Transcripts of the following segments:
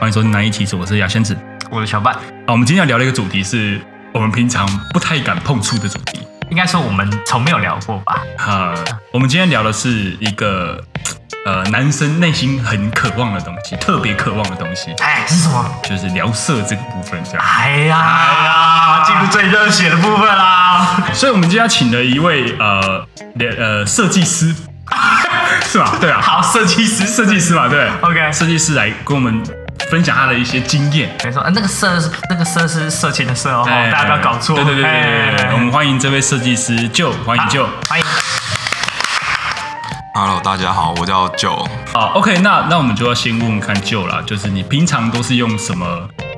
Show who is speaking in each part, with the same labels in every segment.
Speaker 1: 欢迎收听《难易其实我是牙仙子。
Speaker 2: 我的小伴，
Speaker 1: 啊，我们今天要聊的一个主题是我们平常不太敢碰触的主题。
Speaker 2: 应该说我们从没有聊过吧？
Speaker 1: 哈、我们今天聊的是一个呃男生内心很渴望的东西，特别渴望的东西，
Speaker 2: 哎，是什么？
Speaker 1: 就是聊色这个部分，这样。
Speaker 2: 哎呀，哎呀，进入最热血的部分啦！
Speaker 1: 所以我们今天要请了一位呃连呃设计师， 是吧？对啊，
Speaker 2: 好，设计师，
Speaker 1: 设计师嘛，对。
Speaker 2: ，OK。
Speaker 1: 设计师来跟我们分享他的一些经验。
Speaker 2: 没错，啊，那个色，那个色是色情的色哦，
Speaker 1: 哎
Speaker 2: 大家不要搞错。
Speaker 1: 对对对对对对，
Speaker 2: 哎
Speaker 1: 我们欢迎这位设计师就欢迎就。
Speaker 2: 好欢迎。
Speaker 3: Hello，大家好，我叫九。
Speaker 1: 好，OK，那那我们就要先问问看就啦，就是你平常都是用什么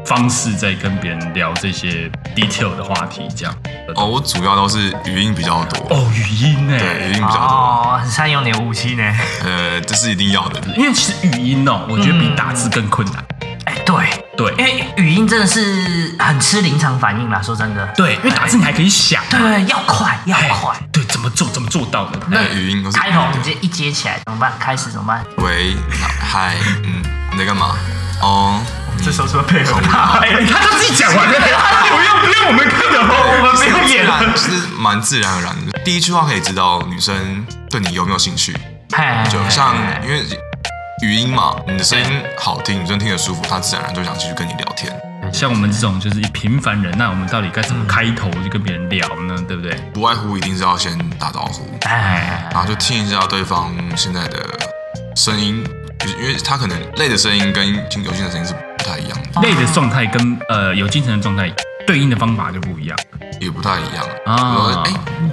Speaker 1: 方式在跟别人聊这些 detail 的话题？这样
Speaker 3: 哦，我主要都是语音比较多，
Speaker 1: 哦，语音呢、
Speaker 3: 对，语音比较多，
Speaker 2: 哦，很善用你的武器呢。
Speaker 3: 呃，这是一定要的。
Speaker 1: 因为其实语音哦、我觉得比打字更困难。
Speaker 2: 哎，对，
Speaker 1: 对，
Speaker 2: 因为语音真的是很吃临场反应啦，说真的。
Speaker 1: 对，因为打字你还可以想，哎
Speaker 2: 对，要快，要快。
Speaker 1: 对，怎么做怎么做到的？
Speaker 2: 那
Speaker 3: 那语音都是
Speaker 2: 开头你这一接起来怎么办？开始怎么办？
Speaker 3: 喂，嗨，嗯，你在干嘛？哦，
Speaker 2: 这时候是不是 配合他？哎
Speaker 1: 哎，他都自己讲完了，不用不用我们看的
Speaker 2: 我们没有
Speaker 3: 自
Speaker 2: 演。啊
Speaker 3: 然，就是蛮自然而然的。第一句话可以知道女生对你有没有兴趣，
Speaker 2: 哎
Speaker 3: 就像因为语音嘛，你的声音好听，女生听得舒服，她自然而然就想继续跟你聊天。
Speaker 1: 像我们这种就是平凡人，那我们到底该怎么开头就跟别人聊呢？对不对？
Speaker 3: 不外乎一定是要先打招呼，
Speaker 2: 哎，
Speaker 3: 然后就听一下对方现在的声音，就是因为他可能累的声音跟有些的声音是不太一样的，
Speaker 1: 累的状态跟呃有精神的状态对应的方法就不一样。
Speaker 3: 也不太一样。
Speaker 1: 啊
Speaker 3: 我说，哎、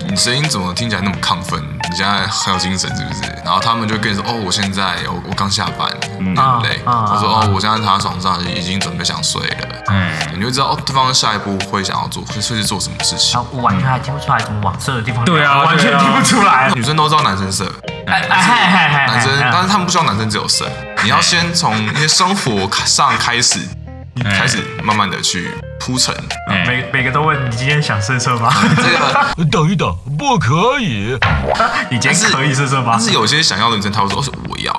Speaker 3: 你声音怎么听起来那么亢奋？你现在很有精神是不是？然后他们就跟你说，哦，我现在我我刚下班，
Speaker 1: 嗯
Speaker 3: 很累。
Speaker 2: 啊啊
Speaker 3: 我说，哦，我现在躺在床上已经准备想睡了。
Speaker 1: 哎，
Speaker 3: 你就知道哦，对方下一步会想要做，会会是做什么事情
Speaker 2: 啊。我完全还听不出来怎么往色的地方。
Speaker 1: 对啊
Speaker 2: 完全
Speaker 1: 对啊
Speaker 2: 听不出 来。
Speaker 3: 女生都知道男生色，
Speaker 2: 哎哎哎哎，
Speaker 3: 男生，
Speaker 2: 哎
Speaker 3: 但是他们不希望男生只有色，你要先从一些生活上开始，
Speaker 1: 哎
Speaker 3: 开始慢慢的去铺陈。
Speaker 1: 哎
Speaker 2: 每每个都问你今天想色色 吗？
Speaker 3: 这个，
Speaker 4: 等一等，不可以。
Speaker 2: 你今
Speaker 3: 但是
Speaker 2: 天可以色色吗
Speaker 3: 但？是有些想要的女生，她会说哦是我要，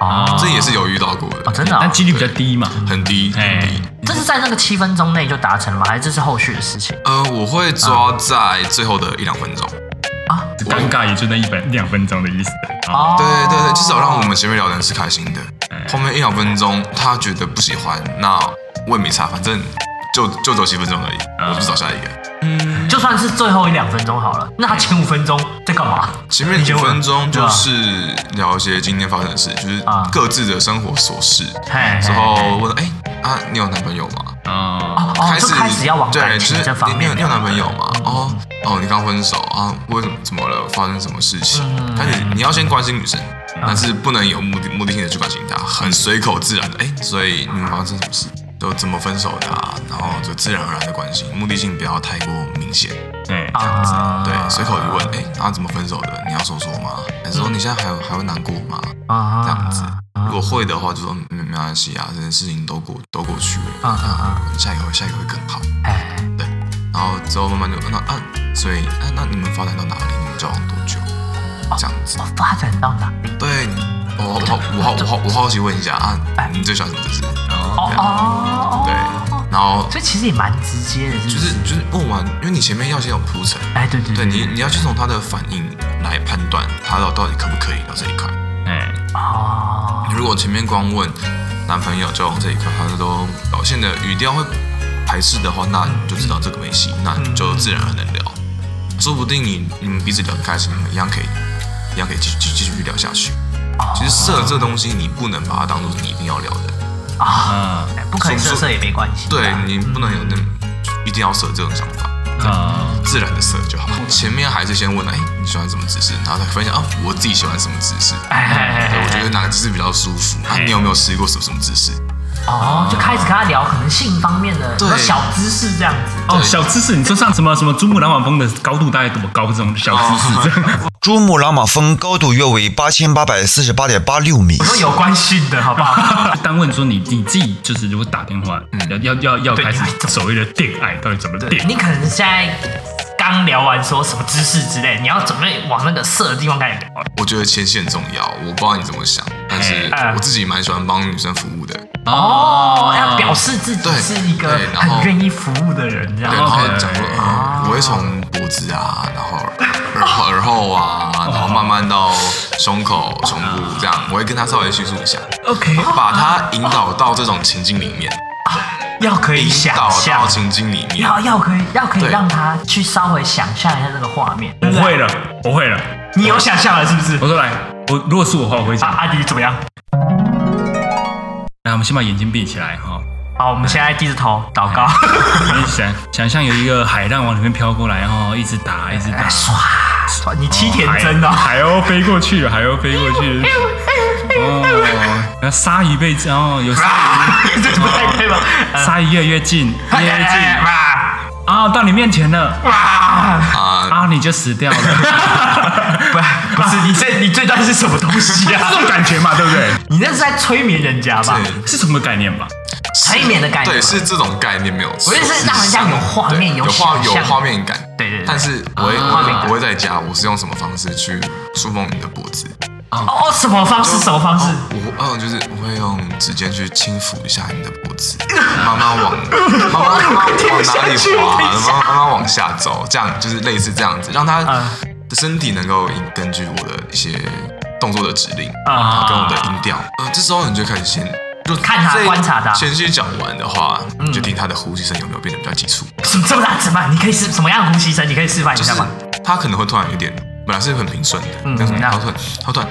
Speaker 2: 哦
Speaker 3: 这也是有遇到过
Speaker 2: 哦，
Speaker 3: 的，
Speaker 2: 真的哦，
Speaker 1: 但几率比较低嘛。
Speaker 3: 很低
Speaker 2: 嗯
Speaker 3: 很
Speaker 1: 哎
Speaker 3: 低。
Speaker 2: 这是在那个七分钟内就达成了吗？还是这是后续的事情
Speaker 3: 呃，我会抓在最后的一两分钟。
Speaker 2: 啊？
Speaker 1: 尴尬也就那一分两分钟的意思。啊，
Speaker 2: 哦，
Speaker 3: 对对对，至少让我们前面聊的人是开心的，后面一两分钟他觉得不喜欢，那我也没差，反正就就走七分钟而已，我就找下一个。
Speaker 2: 就算是最后一两分钟好了，那他前五分钟在干嘛？
Speaker 3: 前面
Speaker 2: 你先
Speaker 3: 五
Speaker 2: 问
Speaker 3: 分钟
Speaker 2: 对
Speaker 3: 就
Speaker 2: 啊
Speaker 3: 是聊一些今天发生的事，就是
Speaker 2: 啊
Speaker 3: 各自的生活琐事，
Speaker 2: 嘿，
Speaker 3: 之后问哎啊，你有男朋友吗？
Speaker 1: 哦，
Speaker 2: 哦，就开始要往
Speaker 3: 对，
Speaker 2: 感
Speaker 3: 就是
Speaker 2: 情这方
Speaker 3: 你你
Speaker 2: 面
Speaker 3: 有
Speaker 2: 嗯
Speaker 3: 你有男朋友吗？哦哦，你刚分手啊？为什么怎么了？发生什么事情？
Speaker 2: 嗯
Speaker 3: 但是你要先关心女生，但是不能有目的目的性的去关心她，很随口自然的。哎，所以你们发生什么事？就怎么分手的啊？然后就自然而然的关心，目的性不要太过明显。
Speaker 1: 哎，
Speaker 2: 啊
Speaker 3: 哦对，随口一问，哎，啊怎么分手的？你要说说吗？还是说你现在还有还会难过吗？
Speaker 2: 啊
Speaker 3: 这样子
Speaker 2: 啊，
Speaker 3: 如果会的话，就说没没关系啊，这件事情都过都过去
Speaker 2: 啊
Speaker 3: 了，嗯
Speaker 2: 啊！
Speaker 3: 下一个会下一个会更好。
Speaker 2: 哎，
Speaker 3: 对，然后之后慢慢就那啊，所以啊，那你们发展到哪里？你们交往多久？
Speaker 2: 哦
Speaker 3: 这样子
Speaker 2: 我。发展到哪里？
Speaker 3: 对，你我我好我好我好我好奇问一下啊，
Speaker 2: 哎
Speaker 3: 你最喜欢什么姿势？
Speaker 2: 哦哦，
Speaker 3: 对，然后
Speaker 2: 所以其实也蛮直接的，
Speaker 3: 就是就是问完，因为你前面要先有铺陈，
Speaker 2: 哎，对对
Speaker 3: 对你你要先从他的反应来判断他到到底可不可以到这一块。
Speaker 1: 哎，
Speaker 2: 哦，
Speaker 3: 你如果前面光问男朋友交往这一块，他都表现的语调会排斥的话，那你就知道这个没戏，那你就自然而然聊。说不定你你们彼此聊得开心，你们一样可以，一样可以继续继继续聊下去。其实色这东西，你不能把它当做你一定要聊的，
Speaker 1: 啊
Speaker 2: 不可以色色也没关系，
Speaker 3: 对你不能有那种一定要色这种想法，
Speaker 1: 啊，
Speaker 3: 自然的色就好。前面还是先问，哎，你喜欢什么姿势，然后再分享啊，我自己喜欢什么姿势，对
Speaker 2: 哎
Speaker 3: 我，觉得哪个姿势比较舒服啊？你有没有试过什么什么姿势？
Speaker 2: 哦，就开始跟他聊可能性方面的小知识这样子，
Speaker 1: 哦，小知识，你说像什么什么珠穆朗玛峰的高度大概多高这种小知识，这
Speaker 2: 啊
Speaker 1: 样
Speaker 4: 珠穆朗玛峰高度约为八千八百四十八点八六米
Speaker 2: 我。说哦有关性的好不 好？
Speaker 1: 就 单问说你你自己就是如果打电话
Speaker 2: 嗯
Speaker 1: 要要要要开始所谓的恋爱到底怎么恋？
Speaker 2: 你可能现在刚聊完说什么知识之类，你要准备往那个色的地方开始聊。
Speaker 3: 我觉得前戏很重要，我不知道你怎么想，但是
Speaker 2: 哎
Speaker 3: 我自己蛮喜欢帮女生服务的。
Speaker 2: 哦，要表示自己
Speaker 3: 对
Speaker 2: 是一个
Speaker 3: 对然后
Speaker 2: 很愿意服务的人，这
Speaker 3: 对，然
Speaker 2: 样。
Speaker 3: 后
Speaker 1: OK
Speaker 3: 讲说，
Speaker 2: 哦
Speaker 3: 嗯，我会从脖子啊，然后耳 后耳后啊，
Speaker 2: 哦
Speaker 3: 然后慢慢到胸口、胸部这样，我会跟他稍微叙述一下，
Speaker 2: OK，
Speaker 3: 把他引导到这种情境里面，
Speaker 2: 要可以
Speaker 3: 引
Speaker 2: 想
Speaker 3: 导
Speaker 2: 象
Speaker 3: 到，情境里面。啊
Speaker 2: 要要可以要可以
Speaker 3: 对
Speaker 2: 让他去稍微想象一下这个画面。
Speaker 1: 我会了，我会了。
Speaker 2: 你有想象了是不是
Speaker 1: 我？说来，我如果是我的话，我会
Speaker 2: 啊，
Speaker 1: 讲。
Speaker 2: 阿迪怎么样？
Speaker 1: 来，我们先把眼睛闭起来哈，
Speaker 2: 好，我们现在低着头祷
Speaker 3: 哎
Speaker 2: 告，
Speaker 1: 我们想想象有一个海浪往里面飘过来哈，一直打，一直
Speaker 2: 哎
Speaker 1: 打。
Speaker 2: 唰你七
Speaker 3: 哎
Speaker 2: 田真哦，
Speaker 1: 海鸥飞过去了，海鸥飞过去了。哦，那鲨鱼被哦，有
Speaker 3: 哎
Speaker 1: 鲨
Speaker 2: 啊 这不太对吧？呃哎
Speaker 1: 鱼，
Speaker 3: 啊
Speaker 1: 鲨鱼越来越近，越来越
Speaker 3: 哎
Speaker 1: 近
Speaker 2: 哇
Speaker 1: 啊，到你面前了
Speaker 2: 哇！
Speaker 3: 啊，
Speaker 1: 啊，你就死掉了。
Speaker 2: 不不是你这你这段是什么东西 啊？
Speaker 1: 这种感觉嘛，对不对？
Speaker 2: 你那是在催眠人家吧？
Speaker 3: 对
Speaker 1: 是什么概念吧？
Speaker 2: 催眠的概念吧
Speaker 3: 对，是这种概念没有错。
Speaker 2: 我觉得是让人家有画面
Speaker 3: 对
Speaker 2: 有
Speaker 3: 有画
Speaker 2: 想
Speaker 3: 有
Speaker 2: 象
Speaker 3: 画面感。
Speaker 2: 对对对哦
Speaker 3: 但是我会
Speaker 2: 画面感
Speaker 3: 我我会在家，我是用什么方式去触碰你的脖子？嗯
Speaker 2: 哦，什么方式？什么方式？
Speaker 3: 我嗯，就是我会用指尖去轻抚一下你的脖子， 慢慢往慢慢慢慢往哪里滑，慢慢慢慢往下走，这样就是类似这样子，让他
Speaker 2: 嗯
Speaker 3: 的身体能够根据我的一些动作的指令
Speaker 2: 啊
Speaker 3: 跟我的音调，呃，这时候你就开始先。就
Speaker 2: 看他
Speaker 3: 这
Speaker 2: 观察他
Speaker 3: 前期讲完的话，你就听他的呼吸声有没有变得比较急促，
Speaker 2: 什么这么大怎么办？你可以是什么样的呼吸声？你可以示范一
Speaker 3: 就是
Speaker 2: 下吗？
Speaker 3: 他可能会突然有点，本来是很平顺的，
Speaker 2: 嗯
Speaker 3: 但是
Speaker 2: 那
Speaker 3: 他突然他突然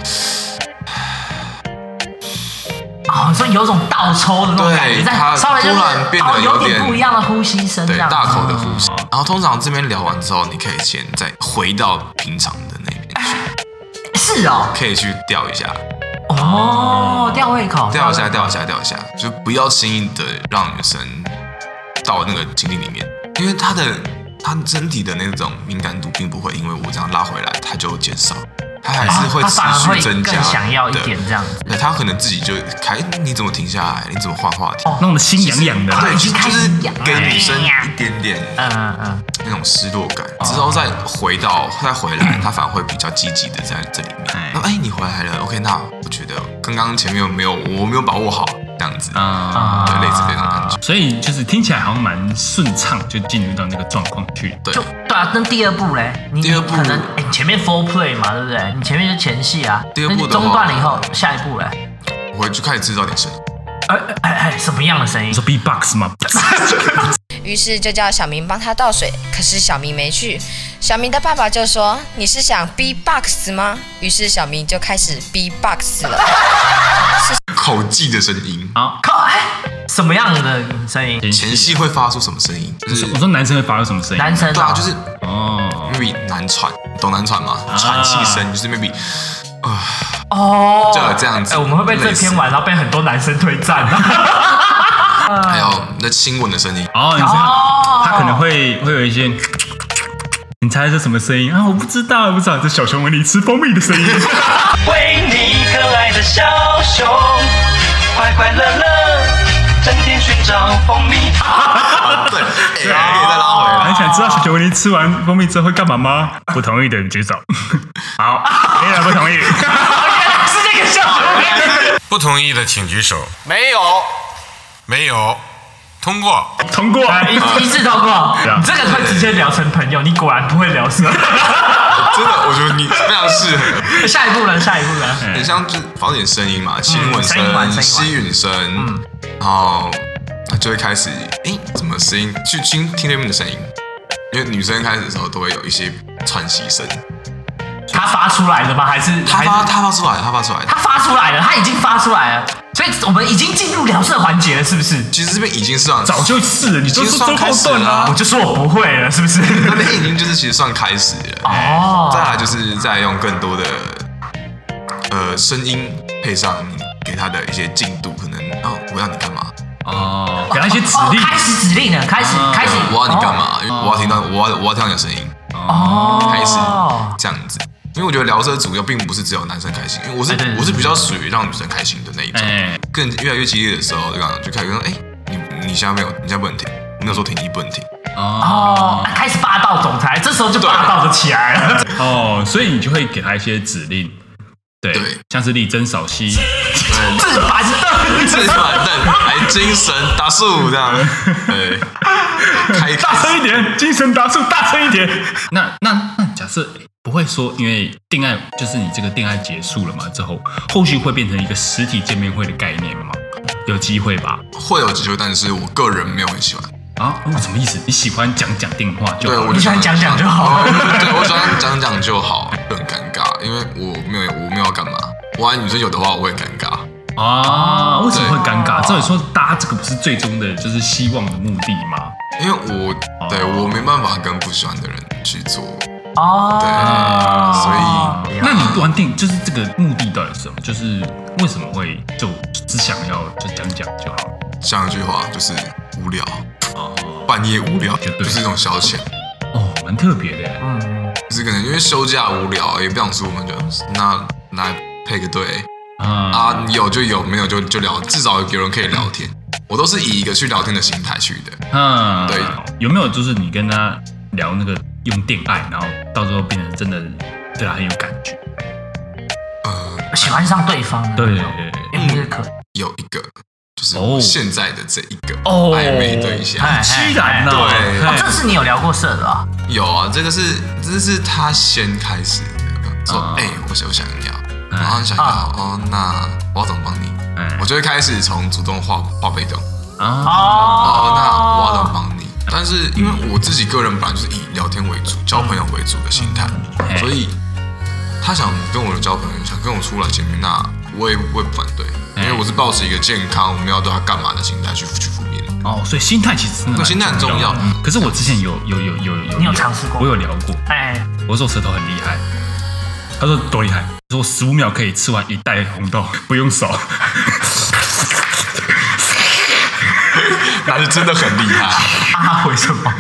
Speaker 2: 哦，所以有种倒抽的那种感觉，
Speaker 3: 对
Speaker 2: 但
Speaker 3: 它
Speaker 2: 稍微就是
Speaker 3: 突然变得
Speaker 2: 哦有
Speaker 3: 有点
Speaker 2: 不一样的呼吸声，这
Speaker 3: 对，
Speaker 2: 样
Speaker 3: 大口的呼吸。然后通常这边聊完之后，你可以先再回到平常的那边
Speaker 2: 哎
Speaker 3: 去，
Speaker 2: 是哦，
Speaker 3: 可以去调一下，
Speaker 2: 哦，吊胃口，
Speaker 3: 调一下，
Speaker 2: 胃口
Speaker 3: 调一下，调一下，就不要轻易的让女生到那个情境里面，因为她的她身体的那种敏感度并不会因为我这样拉回来，它就减少，它还是会
Speaker 2: 他啊反而
Speaker 3: 持
Speaker 2: 会
Speaker 3: 续增加。
Speaker 2: 更想要一点
Speaker 3: 对
Speaker 2: 这样子。
Speaker 3: 对，她可能自己就开，你怎么停下来？你怎么换话题？
Speaker 2: 哦
Speaker 1: 弄得心痒痒的。
Speaker 3: 对，
Speaker 2: 已经
Speaker 3: 就
Speaker 2: 开
Speaker 3: 是
Speaker 2: 始痒了
Speaker 3: 给女生一点点
Speaker 2: 嗯嗯嗯，
Speaker 3: 那种失落感，
Speaker 2: 啊
Speaker 3: 之后再回到再回来，他反而会比较积极的在这里面
Speaker 1: 哎。
Speaker 3: 那哎，你回来了，OK，那我觉得刚刚前面没有我没有把握好这样子，
Speaker 2: 嗯
Speaker 1: 啊、
Speaker 3: 对，类似这种感觉。
Speaker 1: 所以就是听起来好像蛮顺畅，就进入到那个状况去。
Speaker 3: 对
Speaker 2: 就，对啊，那第二步嘞，你
Speaker 3: 第二步
Speaker 2: 你可能哎，你前面 full play 嘛，对不对？你前面就前戏啊，
Speaker 3: 第二
Speaker 2: 那
Speaker 3: 步
Speaker 2: 你
Speaker 3: 的话
Speaker 2: 中断了以后，下一步嘞，
Speaker 3: 我就开始制造点声音，
Speaker 2: 哎哎哎哎，什么样的声音
Speaker 1: 你？说 B-box 吗？
Speaker 5: 于是就叫小明帮他倒水，可是小明没去。小明的爸爸就说：“你是想 B box 吗？”于是小明就开始 B box 了。
Speaker 3: 口技的声音。
Speaker 1: 好，
Speaker 2: 靠，哎，什么样的声音？
Speaker 3: 前戏会发出什么声音？就是
Speaker 1: 我说男生会发出什么声音？
Speaker 2: 男生
Speaker 3: 对啊，就是
Speaker 1: 哦，
Speaker 3: maybe 难喘，懂难喘吗？
Speaker 2: 啊
Speaker 3: 喘气声就是 maybe 啊
Speaker 2: 哦，
Speaker 3: 就有这样子
Speaker 2: 哎，我们会被这
Speaker 3: 类似
Speaker 2: 篇玩，然后被很多男生推赞。啊
Speaker 3: 还有那亲吻的声 音，
Speaker 1: 哦，你知道
Speaker 2: 哦，
Speaker 1: 他可能会会有一些，你猜这什么声音啊？我不知道，我不知道，这小熊维尼吃蜂蜜的声音。
Speaker 6: 为你可爱的小熊，快快乐乐，整天寻找蜂蜜。
Speaker 3: 对，哎，可以再拉回来。
Speaker 1: 很想知道小熊维尼吃完蜂蜜之后会干嘛吗？不同意的举手。 好，没人不同意。
Speaker 2: 哎是这个笑
Speaker 3: 啊
Speaker 2: 声。
Speaker 7: 不同意的请举手。没有，没有，通过。
Speaker 1: 通过。
Speaker 2: 哎一一次通过
Speaker 1: 啊，
Speaker 2: 你这个会直接聊成朋友，你果然不会聊 色。啊
Speaker 3: 真的，我觉得你非常适合。
Speaker 2: 下一步呢？下一步呢？
Speaker 3: 很像就是发出点声音嘛，亲吻
Speaker 2: 嗯声音完声音嗯
Speaker 3: 声、
Speaker 2: 完
Speaker 3: 吸吮声，然后就会开始，诶，怎么声音去听听对面的声音？因为女生开始的时候都会有一些喘息声，
Speaker 2: 他发出来的吗？还是
Speaker 3: 她
Speaker 2: 还是
Speaker 3: 发她发出来，她发出来。
Speaker 2: 他发出来了？他已经发出来了，所以我们已经进入聊色环节了，是不是？
Speaker 3: 其实这边已经算
Speaker 1: 早就是了，你
Speaker 3: 已
Speaker 1: 就是
Speaker 3: 经
Speaker 1: 周
Speaker 3: 算
Speaker 1: 后
Speaker 3: 开始
Speaker 1: 盾
Speaker 3: 了
Speaker 1: 啊
Speaker 3: 啊。
Speaker 2: 我就说我不会了，是不是？
Speaker 3: 那边已经就是其实算开始了。
Speaker 2: 哦
Speaker 3: 再来就是再用更多的呃声音配上你给她的一些进度，可能哦，我要你干嘛？
Speaker 1: 哦，给他一些指
Speaker 2: 哦
Speaker 1: 令。
Speaker 2: 开始指令了，开始开始，
Speaker 3: 啊呃我要你干嘛？因为我要听到我要我要听到你的声音。
Speaker 2: 哦？
Speaker 3: 开始
Speaker 2: 哦，
Speaker 3: 这样子。因为我觉得聊色主要并不是只有男生开心，因为我是
Speaker 2: 哎对对对
Speaker 3: 我是比较属于让女生开心的那一种。
Speaker 1: 哎，
Speaker 3: 更越来越激烈的时候，就刚刚就开始说，哎、你你现在没有，你现在不能停，你有时候停，你不能停。
Speaker 2: 哦，开始霸道总裁，这时候就霸道的起来了。
Speaker 1: 哦，所以你就会给他一些指令，对，
Speaker 3: 对
Speaker 1: 像是力争少吸，
Speaker 2: 自反的，
Speaker 3: 这是完蛋，哎、精神打数这 样，对，开
Speaker 1: 大
Speaker 3: 开
Speaker 1: 声一点，精神达数，大声一点。那那那假设不会说，因为定爱就是你这个定爱结束了嘛之后，后续会变成一个实体见面会的概念吗？有机会吧？
Speaker 3: 会有机会，但是我个人没有很喜欢。
Speaker 1: 啊，哦什么意思？你喜欢讲讲电话就
Speaker 3: 对，
Speaker 1: 好
Speaker 3: 我
Speaker 1: 了
Speaker 2: 啊
Speaker 3: 就哦
Speaker 2: 你喜欢讲讲就好
Speaker 3: 我就对，我喜欢讲讲就好，就很尴尬，因为我没有我没有要干嘛。万一女生有的话，我会尴尬。
Speaker 1: 啊？为什么会尴尬？照理说，大家这个不是最终的，就是希望的目的吗？
Speaker 3: 因为我对我没办法跟不喜欢的人去做，对，
Speaker 2: 哦，
Speaker 3: 所以
Speaker 1: 那你玩定就是这个目的到底是什么？就是为什么会就只想要就讲讲就好了？
Speaker 3: 讲一句话就是无聊，半夜无聊
Speaker 1: 绝对
Speaker 3: 就是一种消遣，
Speaker 1: 哦，蛮特别的耶。
Speaker 3: 就是可能因为休假无聊也不想出门，就那来配个对
Speaker 1: 啊，
Speaker 3: 啊，有就有，没有就就聊，至少有人可以聊天。我都是以一个去聊天的心态去的，
Speaker 1: 嗯，
Speaker 3: 对，
Speaker 1: 有没有就是你跟他聊那个用电爱，然后到最后变成真的对他很有感觉？
Speaker 3: 呃，
Speaker 2: 喜欢上对方了，
Speaker 1: 对，
Speaker 2: 哎，这个可
Speaker 3: 有一个就是
Speaker 1: 哦
Speaker 3: 现在的这一个
Speaker 1: 哦
Speaker 3: 暧昧对象，
Speaker 2: 哎
Speaker 1: 居然呢？
Speaker 3: 对
Speaker 2: 哦，这是你有聊过色的啊？
Speaker 3: 有啊，这个是这是他先开始的，说
Speaker 1: 啊
Speaker 3: 哎、我想我想要，
Speaker 1: 哎
Speaker 3: 然后你想要、
Speaker 2: 啊
Speaker 3: 哦，那我要怎么帮你？
Speaker 1: 哎
Speaker 3: 我就会开始从主动化化被动，
Speaker 1: 啊，
Speaker 3: 哦，
Speaker 2: 哦，
Speaker 3: 那我要怎么帮你？但是因为我自己个人本来就是以聊天为主、交朋友为主的心态
Speaker 1: 哎，
Speaker 3: 所以他想跟我交朋友，想跟我出来见面，那我也不会反对，因为我是抱持一个健康，我们要对他干嘛的心态去去负面。
Speaker 1: 哦，所以心态其实真的蛮
Speaker 3: 心态很重要
Speaker 1: 的嗯可是我之前有有有有有，
Speaker 2: 你有尝试过
Speaker 1: 我有聊过，
Speaker 2: 哎，
Speaker 1: 我说舌头很厉害，他说多厉害，他说十五秒可以吃完一袋红豆， 不用手。
Speaker 3: 那是真的很厉害，
Speaker 2: 啊，为什么？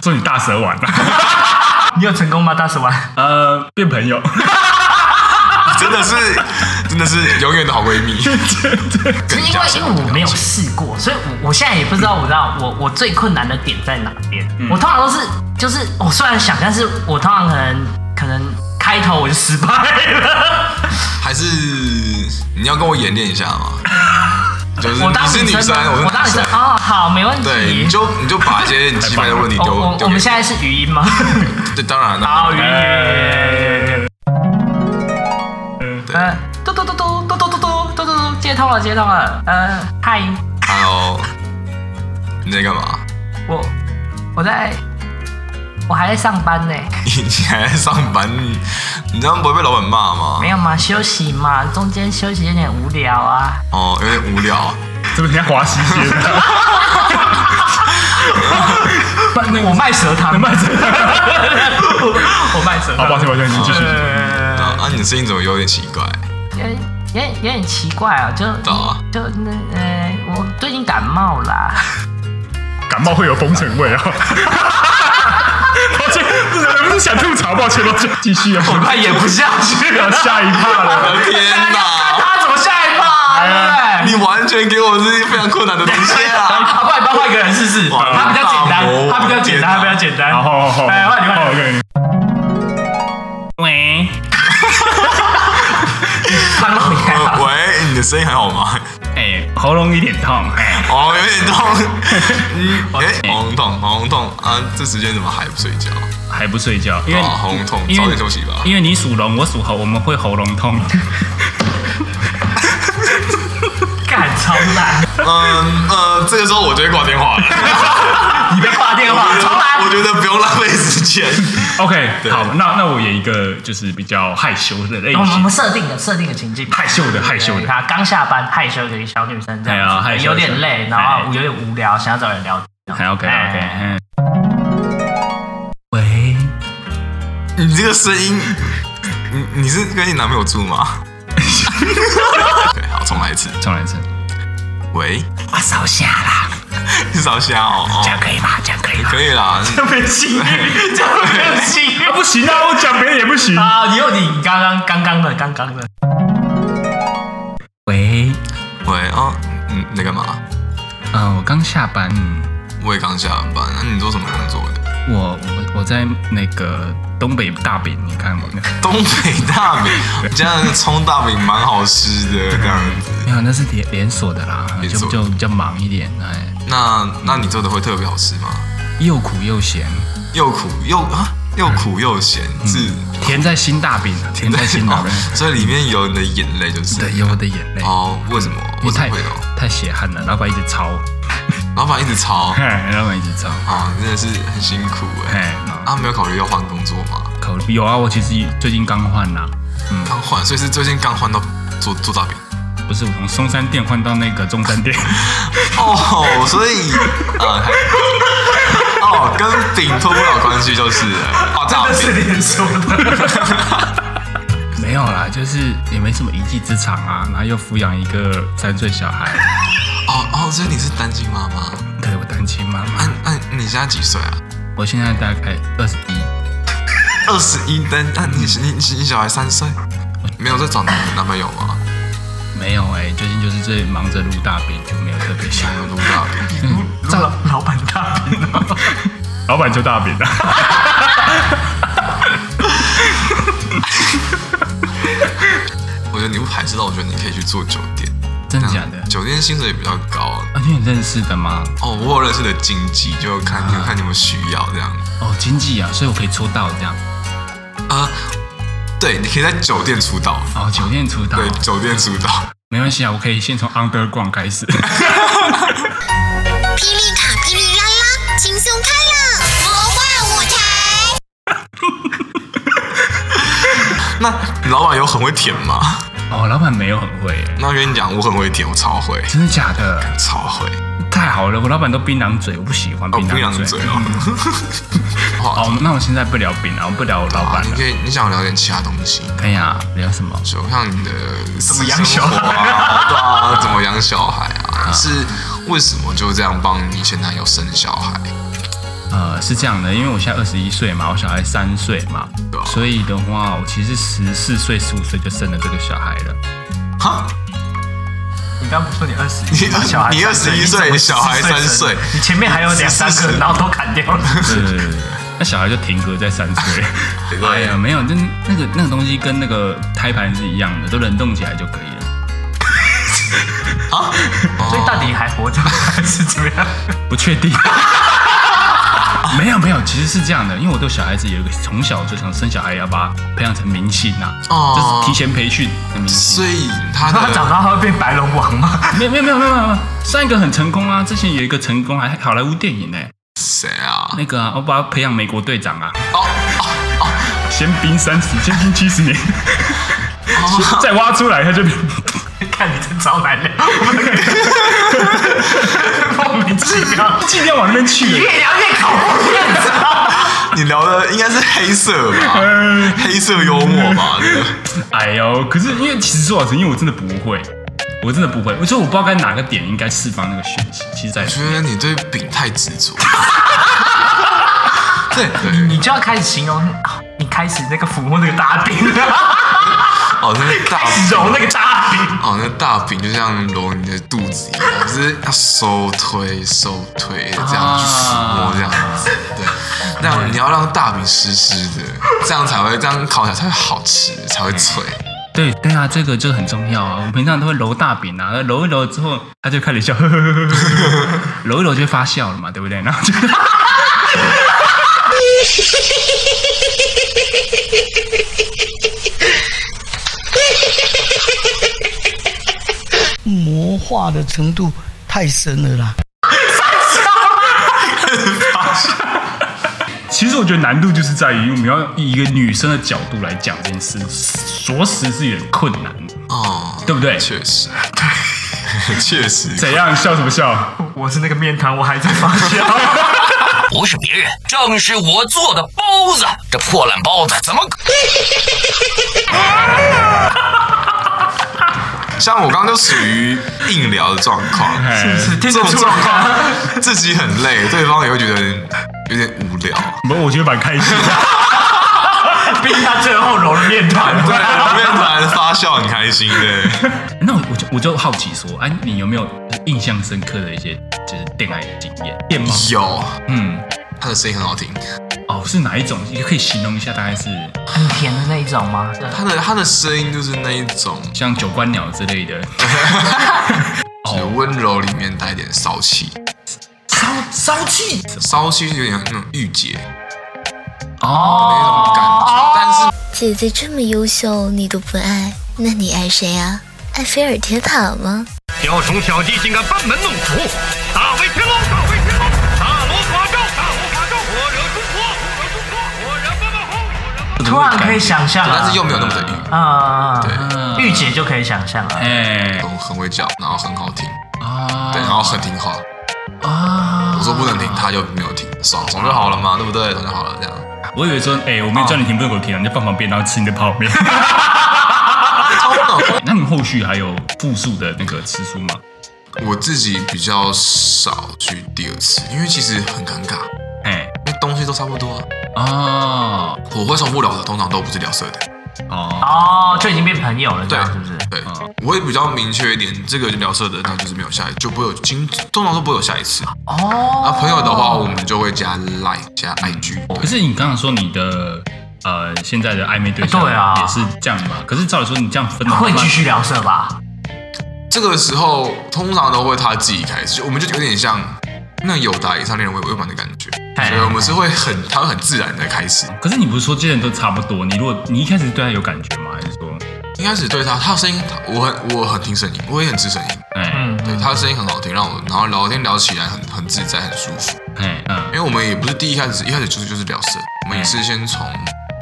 Speaker 1: 说你大蛇丸 了，
Speaker 2: 你有成功吗，大啊蛇丸？
Speaker 1: 呃，变朋友，
Speaker 3: 真的是真的是永远的好闺 蜜。
Speaker 2: 是
Speaker 3: 更
Speaker 2: 因
Speaker 3: 加
Speaker 2: 为
Speaker 3: 深
Speaker 2: 因
Speaker 3: 入
Speaker 2: 为我
Speaker 3: 了
Speaker 2: 没有
Speaker 3: 解
Speaker 2: 试过，所以我我现在也不知道，我知道我我最困难的点在哪边。
Speaker 3: 嗯
Speaker 2: 我通常都是就是我虽然想，但是我通常可能可能开头我就失败了。
Speaker 3: 还是你要跟我演练一下吗？就是
Speaker 2: 我
Speaker 3: 你
Speaker 2: 当
Speaker 3: 是女
Speaker 2: 我
Speaker 3: 生，我是
Speaker 2: 当
Speaker 3: 男
Speaker 2: 女生
Speaker 3: 生，
Speaker 2: 哦，好，没问题。
Speaker 3: 对，你就你就把一些你鸡排的问题
Speaker 2: 我
Speaker 3: 丢
Speaker 2: 我
Speaker 3: 丢
Speaker 2: 哦我
Speaker 3: 给
Speaker 2: 们现在是语音 吗？
Speaker 3: 对，当然啊了，
Speaker 2: 好，语
Speaker 3: 哎
Speaker 2: 音。
Speaker 3: 对，
Speaker 2: 嗯，嘟嘟嘟嘟嘟嘟嘟嘟嘟嘟，接通了，接通了。嗯，嗨，
Speaker 3: 还有你在干嘛？
Speaker 2: 我我在，我还在上班呢。
Speaker 3: 你还在上班？你你这样不会被老板骂吗
Speaker 2: 没？有嘛，休息嘛，中间休息有点无聊啊。
Speaker 3: 哦，有点无聊。
Speaker 1: 这边人家华西街的，
Speaker 2: 我卖蛇 汤，卖蛇，我卖 蛇
Speaker 1: 好，
Speaker 2: 汤。
Speaker 1: 抱歉抱歉，你继续。
Speaker 2: 呃，
Speaker 3: 啊，你的声音怎么有点奇 怪？
Speaker 2: 有点有点有点奇怪啊，就
Speaker 3: 到啊，
Speaker 2: 就那呃，我最近感冒啦。
Speaker 1: 感冒会有风尘味啊。抱歉，不是不是想吐槽，抱歉抱歉，继续啊。
Speaker 2: 快演不下去
Speaker 1: 要下一趴了，
Speaker 3: 天 哪！
Speaker 2: 他怎么下一趴啊？对
Speaker 3: 你完全给我是非常困难的东西 啊！
Speaker 2: 不然帮换一个人试试，他比较简
Speaker 3: 大
Speaker 2: 单，
Speaker 3: 魔
Speaker 2: 他比较简单，他比较简单。
Speaker 1: 好好好好，
Speaker 2: 哎，换你换
Speaker 1: 好
Speaker 2: 你。
Speaker 1: OK
Speaker 2: 喂，看到你啊
Speaker 3: 呃喂，你的声音还好吗？
Speaker 1: 哎，喉咙有点痛，哎，
Speaker 3: 哦，有点痛。嗯，哎，喉咙痛，喉咙痛啊！这时间怎么还不睡觉？
Speaker 1: 还不睡觉，哦因为
Speaker 3: 啊，喉咙痛，
Speaker 1: 因
Speaker 3: 早
Speaker 1: 为
Speaker 3: 点休息吧。
Speaker 1: 因为你属龙，我属猴，我们会喉咙 痛。
Speaker 2: 干超烂，
Speaker 3: 嗯呃，这个时候我就会挂电话了。
Speaker 2: 你被挂电话，重来
Speaker 3: 我。觉得不用浪费时间。
Speaker 1: OK，
Speaker 3: 对
Speaker 1: 好，那那我演一个就是比较害羞的类
Speaker 2: 我们我
Speaker 1: 型
Speaker 2: 们，设定的设定的情境，
Speaker 1: 害羞的害羞的
Speaker 2: 对她刚下班，害羞的一个小女生这
Speaker 1: 哎呀
Speaker 2: 样
Speaker 1: 害
Speaker 2: 子，
Speaker 1: 羞
Speaker 2: 有点累，然
Speaker 1: 哎
Speaker 2: 后有点无聊，想要找人聊天。
Speaker 1: 还 OK
Speaker 2: 哎
Speaker 1: OK，嗯。喂，
Speaker 3: 你这个声音，你你是跟你男朋友住吗？OK，好，重来一次。
Speaker 1: 重来一次。
Speaker 3: 喂，
Speaker 2: 我手下啦，
Speaker 3: 你少瞎哦。
Speaker 2: 这
Speaker 3: 哦
Speaker 2: 样可以吧？这样可以吧？
Speaker 3: 可以啦，
Speaker 2: 没信誉，这样没有信誉
Speaker 1: 啊，不行啊，我讲别人也不行。
Speaker 2: 啊！你有你刚刚刚刚的刚刚的，
Speaker 1: 喂，
Speaker 3: 喂哦，嗯，你在干嘛？
Speaker 1: 呃，我刚下班，嗯，
Speaker 3: 我也刚下班，那、你做什么工作的？
Speaker 1: 我我我我在那个东北大饼，你看过没有？
Speaker 3: 东北大饼，加上葱大饼蛮好吃的这样子。
Speaker 1: 没有，那是连连锁的啦，
Speaker 3: 连
Speaker 1: 就
Speaker 3: 锁
Speaker 1: 就比较忙一点，哎，
Speaker 3: 那那你做的会特别好吃吗？
Speaker 1: 又苦又咸，
Speaker 3: 又苦又啊，又苦又咸，是
Speaker 1: 甜在心大饼啊，甜在心大饼，
Speaker 3: 哦所以里面有你的眼泪，就是
Speaker 1: 对，有我的眼泪，
Speaker 3: 哦，为什么？
Speaker 1: 因为
Speaker 3: 为什
Speaker 1: 太
Speaker 3: 么会有？
Speaker 1: 太血汗了，老板一直抄，
Speaker 3: 老板一直吵
Speaker 1: 嘿，老板一直抄，
Speaker 3: 啊，真的是很辛苦哎。
Speaker 1: 哎，
Speaker 3: 啊，没有考虑要换工作吗？
Speaker 1: 考虑有啊，我其实最近刚换啦，
Speaker 3: 刚换，所以是最近刚换到做做大饼。
Speaker 1: 不是我从松山店换到那个中山店，
Speaker 3: 哦，所以啊，还 哦，跟饼脱不了关系就是了哦，大饼
Speaker 2: 连锁的，
Speaker 1: 没有啦，就是也没什么一技之长啊，然后又抚养一个三岁小孩，
Speaker 3: 哦哦，所以你是单亲妈妈？
Speaker 1: 对我单亲妈妈
Speaker 3: 啊，啊，你现在几岁啊？
Speaker 1: 我现在大概二十一，
Speaker 3: 二十一单，那你你你你小孩三岁，没有在找男男朋友啊吗？
Speaker 1: 没有哎、最近就是最忙着录大饼，就没有特别想
Speaker 3: 没有录大饼，
Speaker 2: 老老板大饼哦，
Speaker 1: 老板就大饼了。
Speaker 3: 我觉得你不排斥到，我觉得你可以去做酒店，
Speaker 1: 真的假的？
Speaker 3: 酒店薪水也比较高
Speaker 1: 啊，你有认识的吗？
Speaker 3: 哦。我有认识的经济，就看你看你有没有需要这样。
Speaker 1: 哦，经济啊，所以我可以出道这样。
Speaker 3: 啊、对，你可以在酒店出道，
Speaker 1: 哦，酒店出道，
Speaker 3: 对，酒店出道。
Speaker 1: 没关系啊，我可以先从 underground 开始。
Speaker 8: 霹雳卡霹雳啦啦，轻松开朗魔幻舞台。
Speaker 3: 那你老板有很会舔吗？
Speaker 1: 哦，老板没有很会耶，
Speaker 3: 那我跟你讲，我很会舔，我超会，
Speaker 1: 真的假的？
Speaker 3: 超会。
Speaker 1: 太好了，我老板都槟榔嘴，我不喜欢
Speaker 3: 哦，
Speaker 1: 槟
Speaker 3: 不
Speaker 1: 榔
Speaker 3: 养
Speaker 1: 嘴。
Speaker 3: 嘴 哦。好，
Speaker 1: 哦，那我现在不聊槟榔，我不聊老
Speaker 3: 啊
Speaker 1: 板
Speaker 3: 你
Speaker 1: 了
Speaker 3: 可。以，你想聊点其他东西，
Speaker 1: 可以啊，聊什么？
Speaker 3: 就像你的怎
Speaker 2: 么养小孩
Speaker 3: 啊， 对啊，怎么养小孩啊？是为什么就这样帮你前男友生小孩？
Speaker 1: 呃，是这样的，因为我现在二十一岁嘛，我小孩三岁嘛
Speaker 3: 对啊，
Speaker 1: 所以的话，我其实十四岁、十五岁就生了这个小孩了。
Speaker 3: 哈，
Speaker 2: 你刚不是说你二十
Speaker 3: 你
Speaker 2: 一，小孩
Speaker 3: 你
Speaker 2: 三岁
Speaker 3: 21岁
Speaker 2: 你怎么
Speaker 3: 小孩
Speaker 2: 14岁
Speaker 3: 三
Speaker 2: 生
Speaker 3: 岁
Speaker 2: 你前面还有两三个，
Speaker 3: 14
Speaker 2: 然后都砍掉了。
Speaker 1: 对对对 对，那小孩就停格在三岁。
Speaker 3: 对
Speaker 1: 哎呀，没有，那那个那个东西跟那个胎盘是一样的，都冷冻起来就可以了。
Speaker 3: 啊，
Speaker 2: 所以到底还活着还是怎么样？
Speaker 1: 不确定。 没有没有，其实是这样的，因为我对小孩子有一个从小就想生小孩，要把他培养成明星呐、
Speaker 3: 哦
Speaker 1: 就是提前培训的明星
Speaker 3: 所。以他
Speaker 2: 他长
Speaker 3: 的
Speaker 2: 大会变白龙王吗？
Speaker 1: 没有没有没有没有没有，上一个很成功啊，之前有一个成功还好莱坞电影呢、
Speaker 3: 谁啊？
Speaker 1: 那个啊，我把他培养美国队长啊，
Speaker 3: 哦哦哦，
Speaker 1: 先冰三十，先冰七十年，
Speaker 3: 哦
Speaker 1: 再挖出来他就变
Speaker 2: 看你 这招来了，莫名其妙，
Speaker 1: 尽量往那边去了。
Speaker 2: 越聊越搞不骗子啊！
Speaker 3: 你聊的应该是黑色吧？ 黑色幽默 吧？这个
Speaker 1: 哎呦，可是因为其实说老实，因为我真的不会，我真的不会，我就我不知道该哪个点应该释放那个讯息。其实在
Speaker 3: 我觉得你对饼太执着。 对
Speaker 2: 你
Speaker 3: 对，
Speaker 2: 就要开始形容，啊你开始那个抚摸那个大饼，
Speaker 3: 哦，那个大
Speaker 2: 开始揉那个大饼，
Speaker 3: 哦，那大饼就像揉你的肚子一样，就是要收推收推这样去抚摸这样子，对，那样你要让大饼湿湿的，这样才会这样烤起来才会好吃，才会脆。
Speaker 1: 对对啊，这个就很重要啊。我平常都会揉大饼啊，揉一揉之后，他就开始笑，呵 呵呵呵呵呵，揉一揉就发笑了嘛，对不对？然后就
Speaker 9: 魔化的程度太深了啦。
Speaker 1: 其实我觉得难度就是在于我们要以一个女生的角度来讲这件事，着实是有点困难，
Speaker 3: 哦，
Speaker 1: 对不对？
Speaker 3: 确实，确实，
Speaker 1: 怎样笑什么 笑？
Speaker 2: 我是那个面团，我还在发酵。
Speaker 10: 不是别人，正是我做的包子。这破烂包子怎么可？
Speaker 3: 像我刚刚就属于硬聊的状况，
Speaker 1: 是
Speaker 2: 是听
Speaker 3: 这
Speaker 2: 得
Speaker 3: 种
Speaker 2: 出来
Speaker 3: 状
Speaker 2: 吗
Speaker 3: 况自己很累，对方也会觉得有点无聊。
Speaker 1: 不，我觉得蛮开心 的。
Speaker 2: 毕竟 他最后揉了面 团，
Speaker 3: 对，旁边突然发笑，很开心的。
Speaker 1: 那我我就我就好奇说，哎、你有没有印象深刻的一些就是恋爱经验？电吗？
Speaker 3: 有，
Speaker 1: 嗯，
Speaker 3: 他的声音很好听，
Speaker 1: 哦，是哪一种？也可以形容一下，大概是
Speaker 2: 很甜的那一种吗？
Speaker 3: 他的他的声音就是那一种，
Speaker 1: 像九官鸟之类的，
Speaker 3: 就是温柔里面带一点骚气，
Speaker 1: 哦骚骚气
Speaker 3: 骚气是有点那种御姐那
Speaker 1: 哦，
Speaker 3: 种感觉，但是
Speaker 8: 姐姐这么优秀，你都不爱，那你爱谁啊？爱菲尔铁塔吗？
Speaker 11: 小虫小鸡竟敢班门弄斧，大威天龙，大威天龙，大罗法咒，大罗法咒，我惹出祸，我惹出祸，我惹不得后。
Speaker 2: 突然可以想象
Speaker 3: 对
Speaker 2: 了，
Speaker 3: 但是又没有那么的御，
Speaker 2: 啊，
Speaker 3: 对
Speaker 2: 御姐就可以想象了。
Speaker 1: 哎
Speaker 3: 很很会叫，然后很好听，
Speaker 1: 啊
Speaker 3: 对，然后很听话。
Speaker 1: 啊！
Speaker 3: 我说不能听，他就没有听，爽爽就好了嘛，对不对？爽就好了，这样。
Speaker 1: 我以为
Speaker 2: 哦
Speaker 1: 说，哎、我没有叫你停，不能给我停啊，你就放旁边，然后吃你的泡 面。那你后续还有复数的那个次数吗？
Speaker 3: 我自己比较少去第二次，因为其实很尴尬，
Speaker 1: 哎、
Speaker 3: 因为东西都差不多啊。
Speaker 1: 哦
Speaker 3: 我会重复聊的，通常都不是聊色的。
Speaker 1: 哦，
Speaker 2: 哦，就已经变朋友了，这
Speaker 3: 对
Speaker 2: 样是不是？嗯
Speaker 3: 对，我也比较明确一点，这个聊色的，那就是没有下一，就不会有经，通常都不会有下一次。啊
Speaker 2: 哦，
Speaker 3: 那朋友的话，我们就会加 Line 加 IG。
Speaker 1: 可是你刚刚说你的呃现在的暧昧对象
Speaker 2: 对啊
Speaker 1: 也是这样嘛？可是照理说你这样分的话
Speaker 2: 会继续聊色吧？
Speaker 3: 这个时候通常都会他自己开始，就我们就有点像那有达以上恋人未未满的感觉，
Speaker 2: 哎
Speaker 3: 所以我们是会很，他会很自然的开始。
Speaker 1: 可是你不是说这些人都差不多？你如果你一开始对他有感觉吗？还是说，
Speaker 3: 一开始对他，他的声音我很我很听声音，我也很吃声音，
Speaker 1: 哎
Speaker 2: 嗯，
Speaker 3: 对他的声音很好听，让我然后聊天聊起来很很自在很舒服，
Speaker 1: 哎嗯
Speaker 3: 因为我们也不是第一开始一开始就是就是聊色，我们也是先从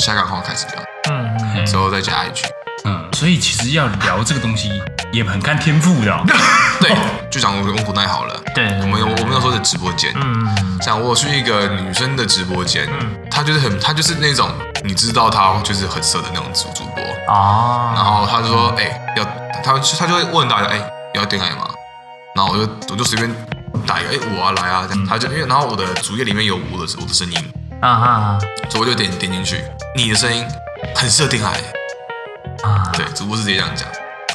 Speaker 3: 下岗号开始聊，
Speaker 2: 嗯，
Speaker 1: 哎
Speaker 3: 之后再加 IG。
Speaker 1: 嗯，所以其实要聊这个东西也很看天赋 的哦、
Speaker 3: 对，就讲我们古奈好了，
Speaker 2: 对，
Speaker 3: 我们我们那时候的直播间，
Speaker 2: 嗯，
Speaker 3: 像我有去一个女生的直播间，她就是很，她就是那种你知道她就是很色的那种主主播，然
Speaker 2: 哦，
Speaker 3: 后她就说，哎、要，她她就会问大家，哎、要恋爱吗？然后我就我就随便打一个，哎、我啊来啊，
Speaker 2: 嗯
Speaker 3: 这样，她就因为然后我的主页里面有我的我的声音，
Speaker 2: 啊啊
Speaker 3: 所以我就点点进去，你的声音很适合恋爱，
Speaker 2: 啊！
Speaker 3: 对，主播是直接这样讲，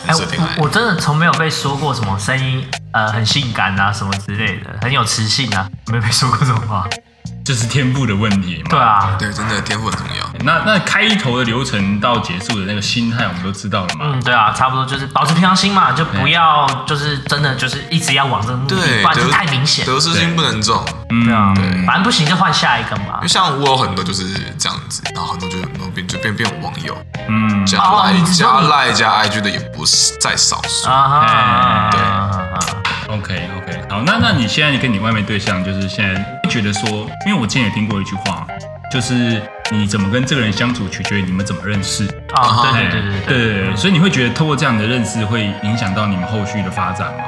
Speaker 2: 哎，
Speaker 3: 很适合恋爱
Speaker 2: 我我，真的从没有被说过什么声音呃很性感啊什么之类的，很有磁性啊，没被说过这种话。
Speaker 1: 嗯就是天赋的问题嘛。
Speaker 2: 对啊，
Speaker 3: 对，真的天赋很重
Speaker 2: 嗯
Speaker 3: 要，
Speaker 1: 那那开头的流程到结束的那个心态，我们都知道了嘛？
Speaker 2: 嗯，对啊，差不多就是保持平常心嘛，就不要就是真的就是一直要往这个目的，
Speaker 3: 对，
Speaker 2: 不然就
Speaker 3: 得
Speaker 2: 太明显。
Speaker 3: 得失心不能重。
Speaker 1: 嗯，
Speaker 2: 对啊
Speaker 3: 对，
Speaker 2: 反正不行就换下一个嘛
Speaker 3: 因为。像我有很多就是这样子，然后很多就很多变就变变网友，
Speaker 1: 嗯，
Speaker 3: 加
Speaker 2: 哦
Speaker 3: 赖
Speaker 2: 你知
Speaker 3: 加
Speaker 2: 道你
Speaker 3: 赖加 IG 的也不是在少数。
Speaker 2: 啊哈
Speaker 1: 哎，
Speaker 3: 对
Speaker 2: 啊哈
Speaker 1: OK OK，好，那那你现在跟你外面对象，就是现在觉得说，因为我之前也听过一句话，就是你怎么跟这个人相处，取决于你们怎么认识。
Speaker 2: 啊，对
Speaker 1: 哎
Speaker 2: 对对对
Speaker 1: 对对对，所以你会觉得透过这样的认识，会影响到你们后续的发展吗？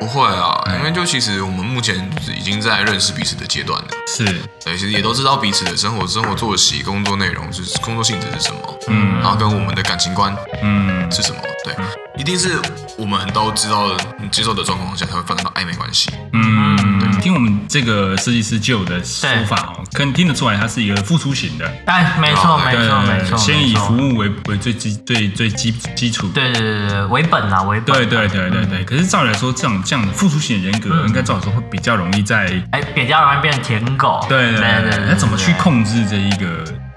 Speaker 3: 不会啊，
Speaker 1: 哎
Speaker 2: 嗯
Speaker 3: 因为就其实我们目前就是已经在认识彼此的阶段了，
Speaker 1: 是，
Speaker 3: 对，其实也都知道彼此的生活、生活作息、工作内容就是工作性质是什么，
Speaker 1: 嗯
Speaker 3: 然后跟我们的感情观
Speaker 1: 嗯，
Speaker 3: 是什么，对，一定是我们都知道的、接受的状况下才会发展到暧昧关系。
Speaker 1: 嗯，对，听我们这个设计师旧的说法哦，可能听得出来，它是一个付出型的，
Speaker 2: 哎，没错没错
Speaker 1: 对
Speaker 2: 没错，
Speaker 1: 先以
Speaker 2: 没错
Speaker 1: 服务为为最基最最基基础。
Speaker 2: 对对对对为本啊为本。
Speaker 1: 对对对对对，可是照理来说，这种这样的付出型人格，
Speaker 2: 嗯
Speaker 1: 应该照理说会比较容易在
Speaker 2: 哎，比较容易变舔狗。
Speaker 1: 对对
Speaker 2: 对对
Speaker 1: 对
Speaker 2: 对，
Speaker 1: 对，那怎么去
Speaker 2: 对？
Speaker 1: 控制这一个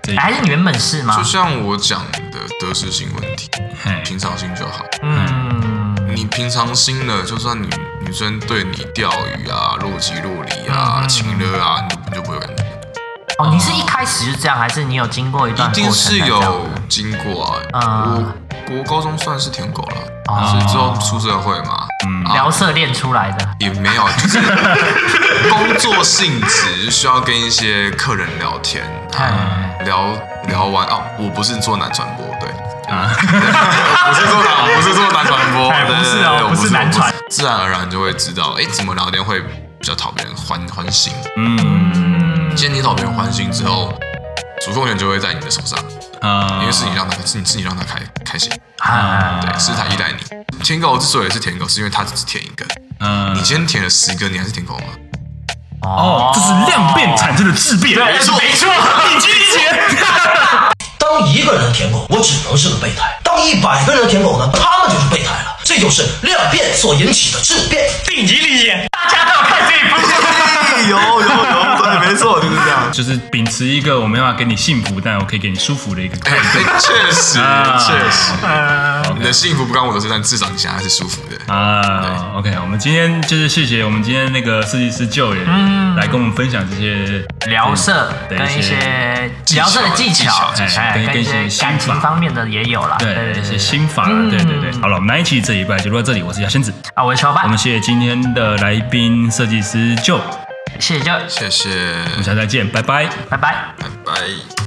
Speaker 1: 这一
Speaker 2: 哎还是你原本是吗
Speaker 3: 就？像我讲的得失心问题，
Speaker 1: 嘿
Speaker 3: 平常心就好。
Speaker 2: 嗯，
Speaker 3: 你平常心了，就算女女生对你钓鱼啊、若即若离啊、
Speaker 2: 嗯
Speaker 3: 亲热啊，你就你就不会有感觉。
Speaker 2: 哦，你是一开始就这样，还是你有经过一段
Speaker 3: 嗯
Speaker 2: 过
Speaker 3: 一
Speaker 2: 程
Speaker 3: 定是
Speaker 2: 才这样
Speaker 3: 有经过啊。
Speaker 2: 嗯
Speaker 3: 我我高中算是舔狗了，
Speaker 2: 哦
Speaker 3: 是之后出社会嘛，啊
Speaker 2: 聊色练出来的？
Speaker 3: 也没有，就是工作性质需要跟一些客人聊天，啊
Speaker 2: 哎，
Speaker 3: 聊聊完哦，我不是做男传播，对。 啊，不是做男，不是做男传播，
Speaker 2: 哎
Speaker 3: 对
Speaker 2: 不是
Speaker 3: 对对
Speaker 2: 哦
Speaker 3: 对我
Speaker 2: 不是男传
Speaker 3: 我不是自然而然就会知道，哎，怎么聊天会比较讨别人欢欢心。
Speaker 1: 嗯
Speaker 3: 既然你讨别人欢心之后，主动权就会在你的手上，
Speaker 1: 啊
Speaker 3: 因为是你让他，是你是你让他开开心，
Speaker 2: 哎，
Speaker 3: 对，是他依赖你。舔狗之所以是舔狗，是因为他只舔一个，
Speaker 1: 嗯
Speaker 3: 你今天舔了十个，你还是舔狗吗？
Speaker 1: 哦，这是量变产生的质变，
Speaker 2: 没错没错，
Speaker 1: 你理解？
Speaker 11: 当一个人舔狗，我只能是个备胎；当一百个人舔狗呢，他们就是备胎了。这就是量变所引起的质变。顶级理解。
Speaker 2: 大家都有看这一部，
Speaker 3: 有有有，对，没错，就是这 样。
Speaker 1: 就是秉持一个我没办法给你幸福，但我可以给你舒服的一个态度。
Speaker 3: 哎确实
Speaker 1: 啊
Speaker 3: 确实，你的幸福不关我的事，但至少你现在是舒服的。
Speaker 1: 啊，OK，我们今天就是谢谢我们今天那个设计师舅也
Speaker 2: 嗯
Speaker 1: 来跟我们分享这些
Speaker 2: 聊色
Speaker 1: 对
Speaker 2: 跟一些
Speaker 1: 技
Speaker 2: 聊
Speaker 1: 巧啊
Speaker 2: 色的技巧，
Speaker 1: 技巧
Speaker 2: 哎
Speaker 1: 跟
Speaker 2: 跟
Speaker 1: 跟
Speaker 2: 一
Speaker 1: 一些
Speaker 2: 些感
Speaker 1: 心
Speaker 2: 情
Speaker 1: 法
Speaker 2: 方面的也有啦。
Speaker 1: 对一些心法，
Speaker 2: 嗯
Speaker 1: 对对对。好了，我们那一期这一拜就录到这里，我是牙仙子，
Speaker 2: 啊，我是小
Speaker 1: 我们谢谢今天的来宾设计师舅，
Speaker 2: 谢谢舅，
Speaker 3: 谢谢，我
Speaker 1: 们下次再见，拜拜，
Speaker 2: 拜拜。
Speaker 3: 拜拜。